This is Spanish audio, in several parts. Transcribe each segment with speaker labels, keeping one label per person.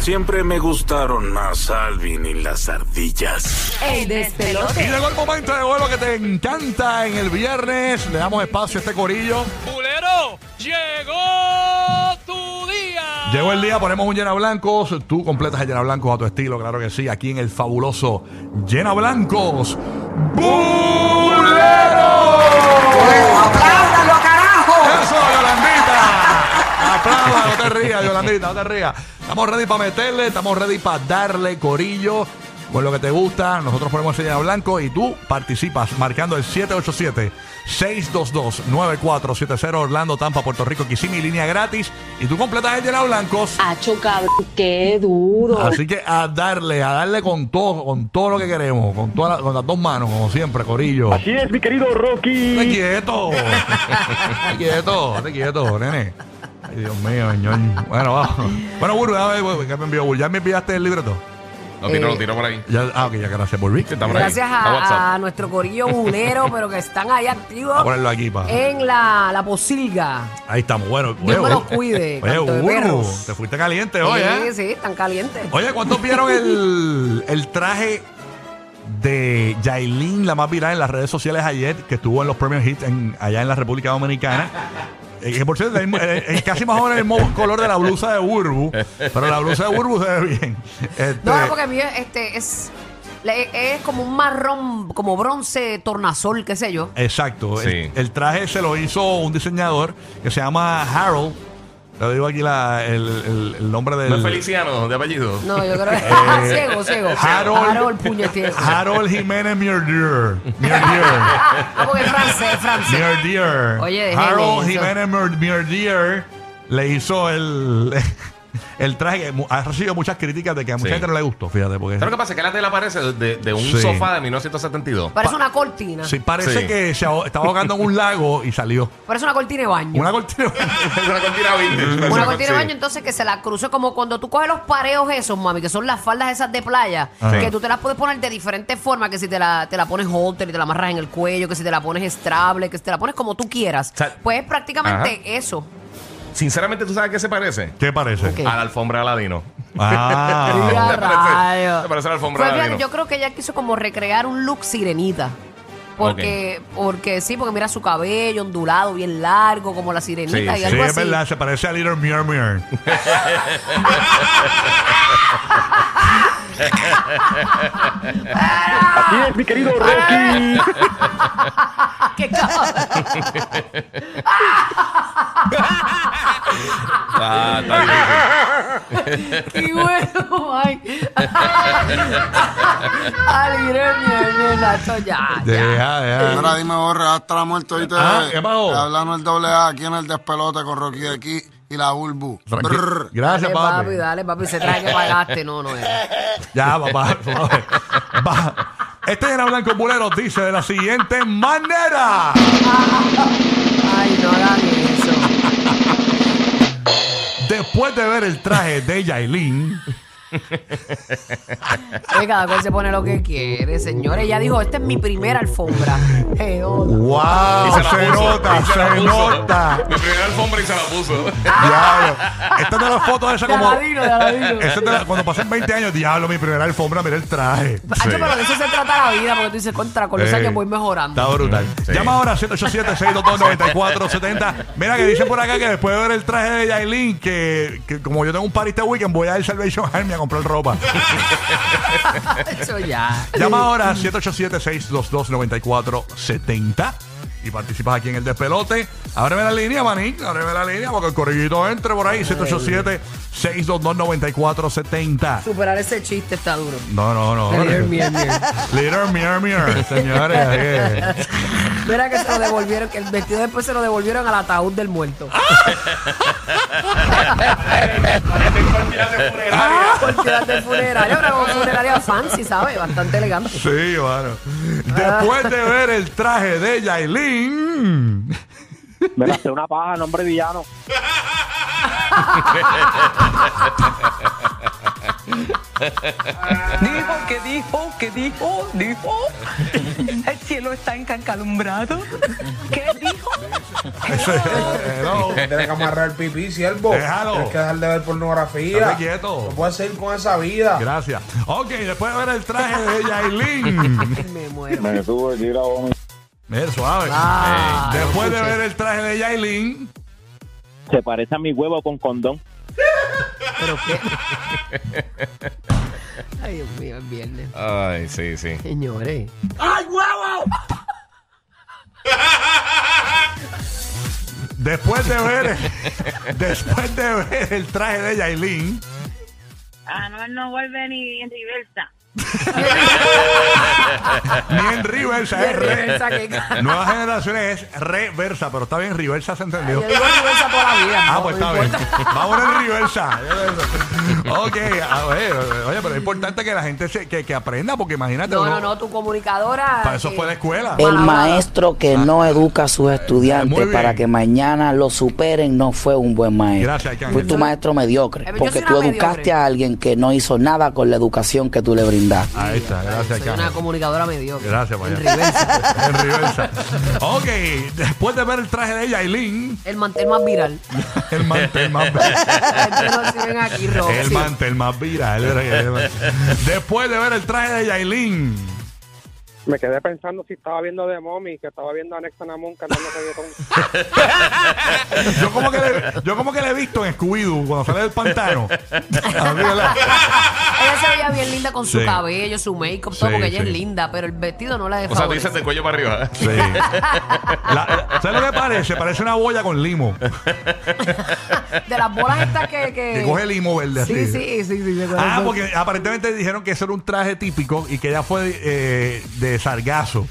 Speaker 1: Siempre me gustaron más Alvin y las ardillas.
Speaker 2: El
Speaker 3: Y
Speaker 2: despelote.
Speaker 3: llegó el momento de ver lo que te encanta en el viernes. Le damos espacio a este corillo.
Speaker 4: Pulero, llegó tu día.
Speaker 3: Llegó el día, ponemos un llena blancos. Tú completas el llena blancos a tu estilo, claro que sí. Aquí en el fabuloso llena blancos. ¡Bulero!
Speaker 5: ¡Apláudalo, carajo!
Speaker 3: ¡Eso, Yolandita! Aplauda, no te rías, Yolandita, no te rías. Estamos ready para meterle, estamos ready para darle corillo con lo que te gusta. Nosotros ponemos el a blanco y tú participas marcando el 787-622-9470 Orlando, Tampa, Puerto Rico, Kissimmee, línea gratis. Y tú completas el llenado blancos.
Speaker 2: Acho, cabrón, qué duro.
Speaker 3: Así que a darle, a darle con todo, con todo lo que queremos, con, todas las- con las dos manos, como siempre, corillo.
Speaker 6: Así es, mi querido
Speaker 3: Estate
Speaker 6: Rocky.
Speaker 3: quieto. Estate quieto, estate quieto, nene. Ay, Dios mío, señor. Bueno, vamos. Bueno, Burbu, a ver, Burbu, ¿qué me envió Burbu? ¿Ya me enviaste el libreto?
Speaker 7: Lo tiro,
Speaker 5: Eh,
Speaker 7: lo tiro por ahí.
Speaker 3: Ya, ah, ok, ya gracias, Burbu.
Speaker 7: Sí, está por ahí.
Speaker 5: Gracias
Speaker 7: A
Speaker 5: a,
Speaker 7: WhatsApp.
Speaker 5: a nuestro corillo bulero, pero que están ahí activos
Speaker 3: Voy a ponerlo aquí, pa.
Speaker 5: en la, la posilga.
Speaker 3: Ahí estamos, bueno.
Speaker 5: Eh, Dios me
Speaker 3: oye,
Speaker 5: los
Speaker 3: oye.
Speaker 5: cuide,
Speaker 3: Oye,
Speaker 5: canto de
Speaker 3: Burbu,
Speaker 5: perros.
Speaker 3: te fuiste caliente hoy, ¿eh?
Speaker 5: Sí, sí, están calientes.
Speaker 3: Oye, ¿cuántos vieron el, el traje de Yailin, la más viral en las redes sociales ayer, que estuvo en los premios Hits en- allá en la República Dominicana? Eh, que por cierto, es el mismo- eh, es casi más o menos el mismo color de la blusa de Burbu, pero la blusa de Burbu se ve bien. Este,
Speaker 5: No, no, porque mío este, es, le- es como un marrón, como bronce tornasol, qué sé yo.
Speaker 3: Exacto.
Speaker 7: Sí.
Speaker 3: El, el traje se lo hizo un diseñador que se llama Harold. Te digo aquí la- el, el- el nombre del...
Speaker 7: No es Feliciano, de apellido.
Speaker 5: No, yo creo que ciego, ciego.
Speaker 3: Eh, Harold-
Speaker 5: Harold puñetero.
Speaker 3: Harold Jiménez Murdier. Murdier.
Speaker 5: Ah, porque es francés, es francés.
Speaker 3: Murdier.
Speaker 5: Oye, déjeme
Speaker 3: Harold
Speaker 5: eso.
Speaker 3: Jiménez Mur- Murdier le hizo el, el traje. que mu- Ha recibido muchas críticas de que a mucha
Speaker 7: Sí.
Speaker 3: gente no le gustó, fíjate. Porque
Speaker 7: ¿Sabes lo que pasa? Que la tela parece de, de un
Speaker 3: Sí.
Speaker 7: sofá de 1972.
Speaker 5: Parece una cortina.
Speaker 3: sí, parece
Speaker 7: Sí.
Speaker 3: que se aho- estaba ahogando en un lago y salió.
Speaker 5: Parece una cortina de baño.
Speaker 3: Una cortina.
Speaker 7: Es una cortina vintage.
Speaker 5: Una cortina de
Speaker 7: Sí.
Speaker 5: pues baño, entonces que se la cruce como cuando tú coges los pareos esos, mami, que son las faldas esas de playa,
Speaker 3: Ajá.
Speaker 5: que tú te las puedes poner de diferentes formas, que si te la, te la pones holter y te la amarras en el cuello, que si te la pones estrable, que si te la pones como tú quieras.
Speaker 7: O sea,
Speaker 5: pues es prácticamente eso.
Speaker 7: Sinceramente, ¿tú sabes a qué se parece?
Speaker 3: ¿Qué parece?
Speaker 5: Ok. ¿Qué?
Speaker 7: A la alfombra de Aladino.
Speaker 3: Ah.
Speaker 5: Ya
Speaker 7: Te parece-
Speaker 5: rayos.
Speaker 7: te parece la alfombra de
Speaker 5: Pues, fíjate,
Speaker 7: Aladino.
Speaker 5: Yo creo que ella quiso como recrear un look sirenita. Porque, porque sí, porque mira su cabello ondulado, bien largo, como la sirenita
Speaker 7: Sí,
Speaker 5: y
Speaker 7: sí.
Speaker 3: Sí,
Speaker 5: algo
Speaker 3: es
Speaker 5: así.
Speaker 3: verdad, se parece a Little Murmur.
Speaker 6: Así es, mi querido Rocky.
Speaker 5: Ah, qué cabrón.
Speaker 7: Ah, está bien.
Speaker 5: ¡Qué bueno, ay! ¡Ay, gremio, Nacho, ya! ya.
Speaker 3: Deja, deja.
Speaker 8: Ahora dime, borra, hasta la muerte ahorita.
Speaker 3: Ah, ¿qué pasó?
Speaker 8: Hablando el doble A aquí en el despelote con Rocky de aquí y la Bulbu.
Speaker 3: Tranqui-
Speaker 8: Brr.
Speaker 3: Gracias,
Speaker 5: dale,
Speaker 3: papi.
Speaker 5: Dale, papi, se trae que pagaste. No, no era.
Speaker 3: Ya, papá. por favor. Va. Este era Blanco Bulero dice de la siguiente manera.
Speaker 5: ¡Ay, no hagan eso!
Speaker 3: Después de ver el traje de Yailin.
Speaker 5: Oye, cada cual se pone lo que quiere, señores. Ella dijo, esta es mi primera alfombra. Eh, joda.
Speaker 3: ¡Wow!
Speaker 7: Y se la
Speaker 3: Se
Speaker 7: puso,
Speaker 3: nota,
Speaker 7: y se la
Speaker 3: se
Speaker 7: puso.
Speaker 3: nota.
Speaker 7: Mi primera alfombra y se la puso.
Speaker 3: Diablo. Esta es de las fotos esa
Speaker 5: De
Speaker 3: como.
Speaker 5: Aladino, de Aladino.
Speaker 3: Esa es de la- cuando pasen 20 años, diablo, mi primera alfombra, mira el traje.
Speaker 5: Hacho, Ah, pero de eso se trata la vida, porque tú dices, contra, con los
Speaker 3: Eh,
Speaker 5: años voy
Speaker 3: Está
Speaker 5: mejorando.
Speaker 3: brutal.
Speaker 7: Sí.
Speaker 3: Llama ahora a 787-622-9470. Mira que dicen por acá que después de ver el traje de Yailin, que, que como yo tengo un party este weekend, voy a ir Salvation Army a comprar ropa.
Speaker 5: Eso ya.
Speaker 3: Llama ahora al 787-622-9470 y participas aquí en el despelote. Ábreme la línea, manín. Ábreme la línea porque el corrillito entre por ahí. 787-622-9470.
Speaker 5: Superar ese chiste está duro.
Speaker 3: No, no, no.
Speaker 5: Ay, Dios mío, Dios mío.
Speaker 3: Little Mier Mier, señores. eh.
Speaker 5: Mira que se lo devolvieron, que el vestido después se lo devolvieron al ataúd del muerto.
Speaker 3: Ah,
Speaker 5: Cortinas de funeraria, ahora como funeraria fancy, ¿sabes? Bastante elegante.
Speaker 3: Sí, bueno. Después de ver el traje de Yailin.
Speaker 6: Me gasté una paja, nombre villano.
Speaker 9: Dijo que dijo que dijo, dijo. Si cielo está encancalumbrado. ¿Qué dijo?
Speaker 3: Hello.
Speaker 10: Tienes que amarrar el pipí, siervo.
Speaker 3: Déjalo.
Speaker 10: Tienes que dejar de ver pornografía.
Speaker 3: Estate quieto.
Speaker 10: No puedes seguir con esa vida.
Speaker 3: Gracias. Ok, después de ver el traje de Yailin.
Speaker 5: Me muero.
Speaker 6: Me tuve que ir a un...
Speaker 3: Mira, suave.
Speaker 5: Ah,
Speaker 3: después de
Speaker 5: escuché.
Speaker 3: ver el traje de Yailin.
Speaker 6: Se parece a mi huevo con condón.
Speaker 5: Ay, Dios mío, es viernes.
Speaker 7: Ay, sí, sí.
Speaker 5: Señores.
Speaker 3: Después de ver. después de ver el traje de Yailin.
Speaker 9: Anuel no vuelve ni en reversa.
Speaker 3: Ni en reversa, es re.
Speaker 5: Reversa, que cara.
Speaker 3: Nueva generación es reversa, pero está bien, reversa se
Speaker 5: Yo
Speaker 3: entendió.
Speaker 5: digo reversa toda la vida.
Speaker 3: Ah,
Speaker 5: no,
Speaker 3: pues
Speaker 5: no
Speaker 3: está bien.
Speaker 5: importa.
Speaker 3: Vamos en reversa. ok, a ver, oye, pero es importante que la gente se, que, que aprenda, porque imagínate.
Speaker 5: No,
Speaker 3: uno-
Speaker 5: no, no, tu comunicadora. eh,
Speaker 3: Para eso
Speaker 5: que-
Speaker 3: fue la escuela.
Speaker 5: El
Speaker 11: maestro que
Speaker 3: Ah.
Speaker 11: no educa a sus
Speaker 3: Muy
Speaker 11: estudiantes
Speaker 3: bien. para que
Speaker 11: mañana lo superen no fue un buen maestro.
Speaker 3: Gracias, Arcángel. Fuiste un
Speaker 11: maestro mediocre,
Speaker 5: Eh, yo porque soy una tú educaste mediocre.
Speaker 11: a alguien que no hizo nada con la educación que tú le brindaste.
Speaker 3: Ahí está, gracias,
Speaker 5: Soy una
Speaker 3: Carmen.
Speaker 5: comunicadora mediocre.
Speaker 3: Gracias, vaya.
Speaker 5: En reversa.
Speaker 3: En reversa. Ok, después de ver el traje de Yailin,
Speaker 5: El mantel más viral.
Speaker 3: el mantel más viral.
Speaker 5: Entonces nos sirven aquí, Roxy.
Speaker 3: El mantel más viral. Después de ver el traje de Yailin.
Speaker 6: Me quedé pensando si estaba viendo de Mommy, que estaba viendo a Nexa Namun cantando que con...
Speaker 3: Yo como que le, yo como que le he visto en Scooby-Doo cuando sale del pantano. Así, ¿verdad?
Speaker 5: Ella se veía bien linda con su
Speaker 3: Sí.
Speaker 5: cabello, su make-up, todo,
Speaker 3: Sí,
Speaker 5: porque ella
Speaker 3: sí.
Speaker 5: es linda, pero el vestido no la deja.
Speaker 7: O sea, tú dices de cuello para arriba.
Speaker 3: Sí. La- ¿Sabes lo que parece? Parece una boya con limo.
Speaker 5: De las bolas estas que. que...
Speaker 3: Que coge limo verde así.
Speaker 5: sí, sí, sí, sí, sí.
Speaker 3: Ah, porque aparentemente dijeron que eso era un traje típico y que ella fue eh, de sargazo.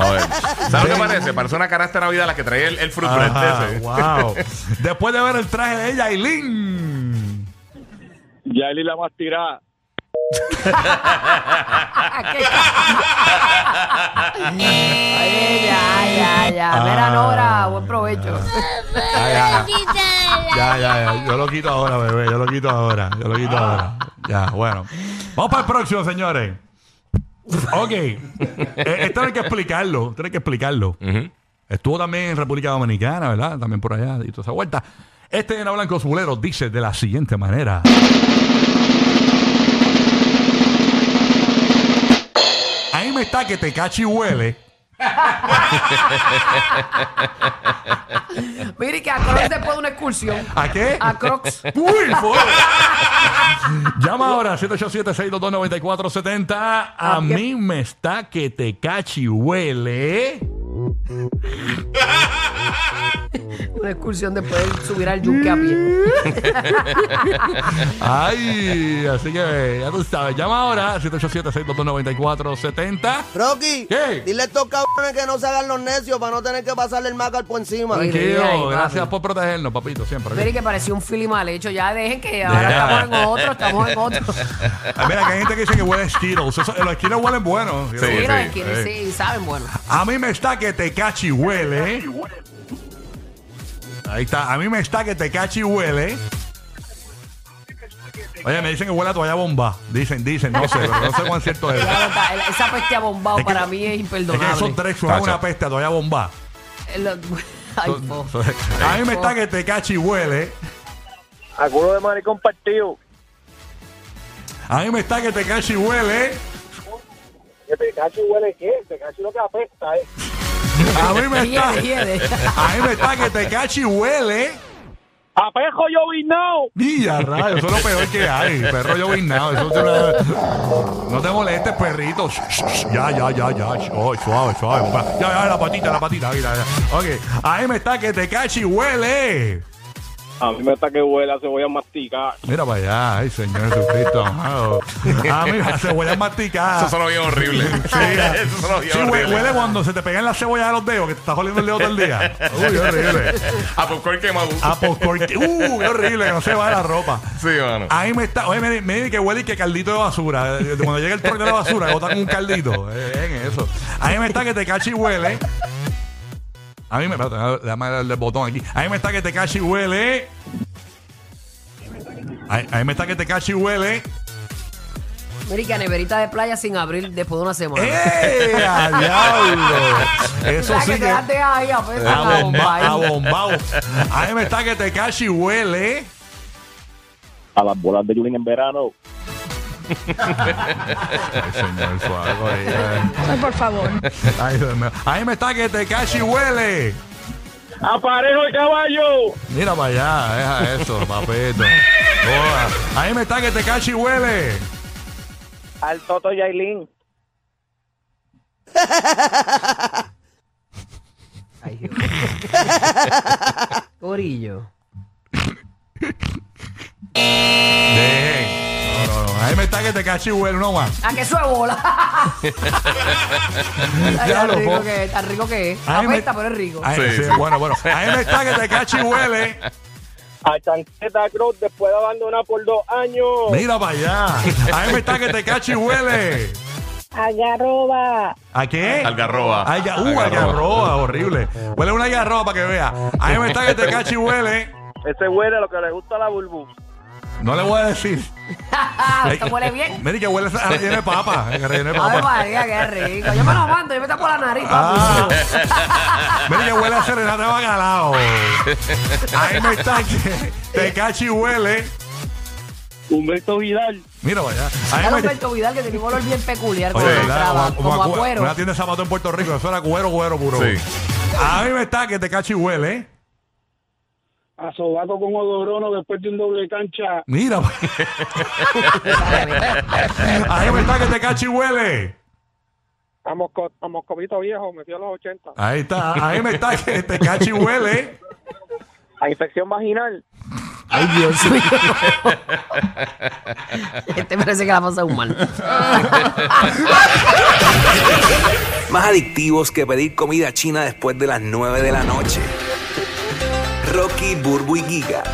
Speaker 7: A ver. ¿Sabes lo que parece? Parece una canasta de Navidad la que trae el, el fruit bread
Speaker 3: Ajá,
Speaker 7: ese.
Speaker 3: wow. Después de ver el traje de Yailin.
Speaker 6: Yaeli la más tirada.
Speaker 5: Ay, ya, ya, ya.
Speaker 3: Ah.
Speaker 5: Mira, Nora, buen provecho.
Speaker 3: Ya, ya, ya, ya. Yo lo quito ahora, bebé. Yo lo quito ahora. Yo lo quito ahora. Ya, bueno. Vamos para el próximo, señores. Ok. Eh, Esto hay que explicarlo. Esto hay que explicarlo. Estuvo también en República Dominicana, ¿verdad? También por allá y toda esa vuelta. Este en Blancos Buleros dice de la siguiente manera. Ahí me está que te cachi huele.
Speaker 5: Mire que a Crocs después de una excursión.
Speaker 3: ¿A qué?
Speaker 5: A Crocs.
Speaker 3: ¡Uy, fue! Llama ahora 787-622-9470. A mí me está que te cachi huele.
Speaker 5: Una excursión después de subir al yunque a
Speaker 3: Mm.
Speaker 5: pie.
Speaker 3: Ay, así que ya tú sabes. Llama ahora 787-622-9470.
Speaker 11: Rocky,
Speaker 3: ¿Qué?
Speaker 11: dile a estos cabrones que no se hagan los necios para no tener que pasarle el macal por encima.
Speaker 5: Ay, ay,
Speaker 3: Tranquilo,
Speaker 5: papi.
Speaker 3: gracias por protegernos, papito, siempre.
Speaker 5: Mire que parecía un fili mal hecho. Ya dejen que ahora
Speaker 3: Ya.
Speaker 5: estamos en otro, estamos en otro.
Speaker 3: Ah, mira, que hay gente que dice que huele Skittles. Eso- eh, los Skittles huelen buenos.
Speaker 7: Sí,
Speaker 5: Mira,
Speaker 7: sí,
Speaker 5: quienes sí saben, bueno.
Speaker 3: A mí me está que te cachi huele. Ahí está. A mí me está que te cachi huele. Oye, me dicen que huele a toalla bomba. Dicen, dicen, no sé, pero no sé cuán cierto es.
Speaker 5: Ya lo está, el- Esa peste a bombao
Speaker 3: Es que-
Speaker 5: para mí es
Speaker 3: Es que
Speaker 5: imperdonable.
Speaker 3: esos tres suenan
Speaker 7: Cacho.
Speaker 3: una peste a toalla bomba.
Speaker 5: El- Ay, po.
Speaker 3: A mí me está que te cachi huele.
Speaker 6: Alguno de maricón partido.
Speaker 3: A mí me está que te cachi huele.
Speaker 6: Que te cacho huele qué, te cacho lo que apesta, eh.
Speaker 3: A mí me está.
Speaker 5: Hiede, hiede.
Speaker 3: A mí me está que te cachi huele.
Speaker 6: ¡Apejo yo vi no!
Speaker 3: Mira, rayos, eso es lo peor que hay. Perro yo guinado. Eso te lo- No te molestes, perrito. Sh, sh, sh. Ya, ya, ya, ya. Sh, oh, suave, suave. papá. Ya, ya, la patita, la patita. Mira, ya. Ok, ahí me está que te cachi huele.
Speaker 6: A mí me está que huela, se voy a masticar.
Speaker 3: Mira para allá, ay, señor Jesucristo. amado. Ah, mira, cebollas
Speaker 7: Eso
Speaker 3: masticadas.
Speaker 7: sonó bien horrible.
Speaker 3: Sí, mira.
Speaker 7: Eso sonó bien
Speaker 3: Sí, hue-
Speaker 7: horrible.
Speaker 3: huele cuando se te pegan las cebollas a los dedos, que te estás oliendo el dedo todo el día. Uy, horrible.
Speaker 7: A popcorn quemado.
Speaker 3: A popcorn. Uy, horrible, que no se va la ropa.
Speaker 7: Sí, mano.
Speaker 3: Ahí me está, oye, me, me di que huele y que caldito de basura. Eh, Cuando llega el truck de la basura, botan un caldito. Eh, en eso. Ahí me está que te cachi huele. A mí me. espérate, Déjame darle el botón aquí. Ahí me está que te cachi huele. Ahí, ahí me está que te cachi huele.
Speaker 5: Mira, y que neverita de playa sin abrir después de una semana.
Speaker 3: ¡Eh! ¡A diablo! Eso
Speaker 5: O sea, que
Speaker 3: sí que.
Speaker 5: quedaste ahí a pesar de la bomba, ¿eh?
Speaker 3: Abombao. Ahí me está que te cachi huele. ¿eh?
Speaker 12: A las bolas de Julín en verano.
Speaker 3: Ay, señor, suave, ay,
Speaker 13: por favor.
Speaker 3: ay. Ay, Dios mío. Ahí me está que te cachi huele.
Speaker 12: ¡Aparejo el caballo!
Speaker 3: Mira para allá, deja eso, papito. Boa. Ahí me está que te cachi huele.
Speaker 6: Al Toto Yailin.
Speaker 5: Corillo.
Speaker 3: Dejen. No, no, no. Ahí me está que te cachi huele, no más.
Speaker 5: A que eso es bola. Ay,
Speaker 3: Ya
Speaker 5: tan,
Speaker 3: lo
Speaker 5: rico
Speaker 3: puedo-
Speaker 5: que, es, tan rico que es.
Speaker 3: Ay, me-
Speaker 5: Apesta, pero es rico.
Speaker 3: Ahí, sí, Bueno, bueno. Ahí me está que te cachi huele.
Speaker 6: A Chanqueta Cruz después de abandonar por dos años.
Speaker 3: Mira para allá. Ahí me está que te cachi huele.
Speaker 9: Agarroba.
Speaker 3: ¿A qué?
Speaker 7: Algarroba.
Speaker 3: Alga- uh, algarroba, horrible. Huele una algarroba para que vea. Ahí me está que te cachi huele.
Speaker 6: Ese huele a lo que le gusta a la bulbu.
Speaker 3: No le voy a decir.
Speaker 5: Ah, Esto huele bien.
Speaker 3: Mira que huele a relleno de papa. a relleno de
Speaker 5: Ave
Speaker 3: papa.
Speaker 5: María, qué rico. Yo me lo mando, yo me tapo la nariz.
Speaker 3: Ah.
Speaker 5: papi.
Speaker 3: Mira que huele a serenata de bacalao. Ahí me está que te cachi huele.
Speaker 12: Humberto Vidal.
Speaker 3: Mira vaya.
Speaker 5: Ya
Speaker 3: Ahí
Speaker 5: lo
Speaker 3: me
Speaker 5: Alberto Vidal que tenía un olor bien peculiar
Speaker 3: Oye,
Speaker 5: cuando
Speaker 3: ¿verdad?
Speaker 5: entraba,
Speaker 3: Como- como a
Speaker 5: como
Speaker 3: cu-
Speaker 5: a cuero.
Speaker 3: Una tienda de zapatos en Puerto Rico, eso era cuero, cuero puro.
Speaker 7: Sí.
Speaker 3: A mí me está que te cachi huele. ¿eh?
Speaker 6: A sobaco con odorono después de un doble cancha.
Speaker 3: Mira. Ahí me está que te cachi huele.
Speaker 6: A, Mosco- a Moscovito Viejo, me dio los 80.
Speaker 3: Ahí está. Ahí me está que te cachi huele. ¿eh?
Speaker 6: A infección vaginal.
Speaker 5: Ay, Dios mío. este parece que la pasa un mal.
Speaker 14: Más adictivos que pedir comida china después de las 9 de la noche. Rocky, Burbu y Giga.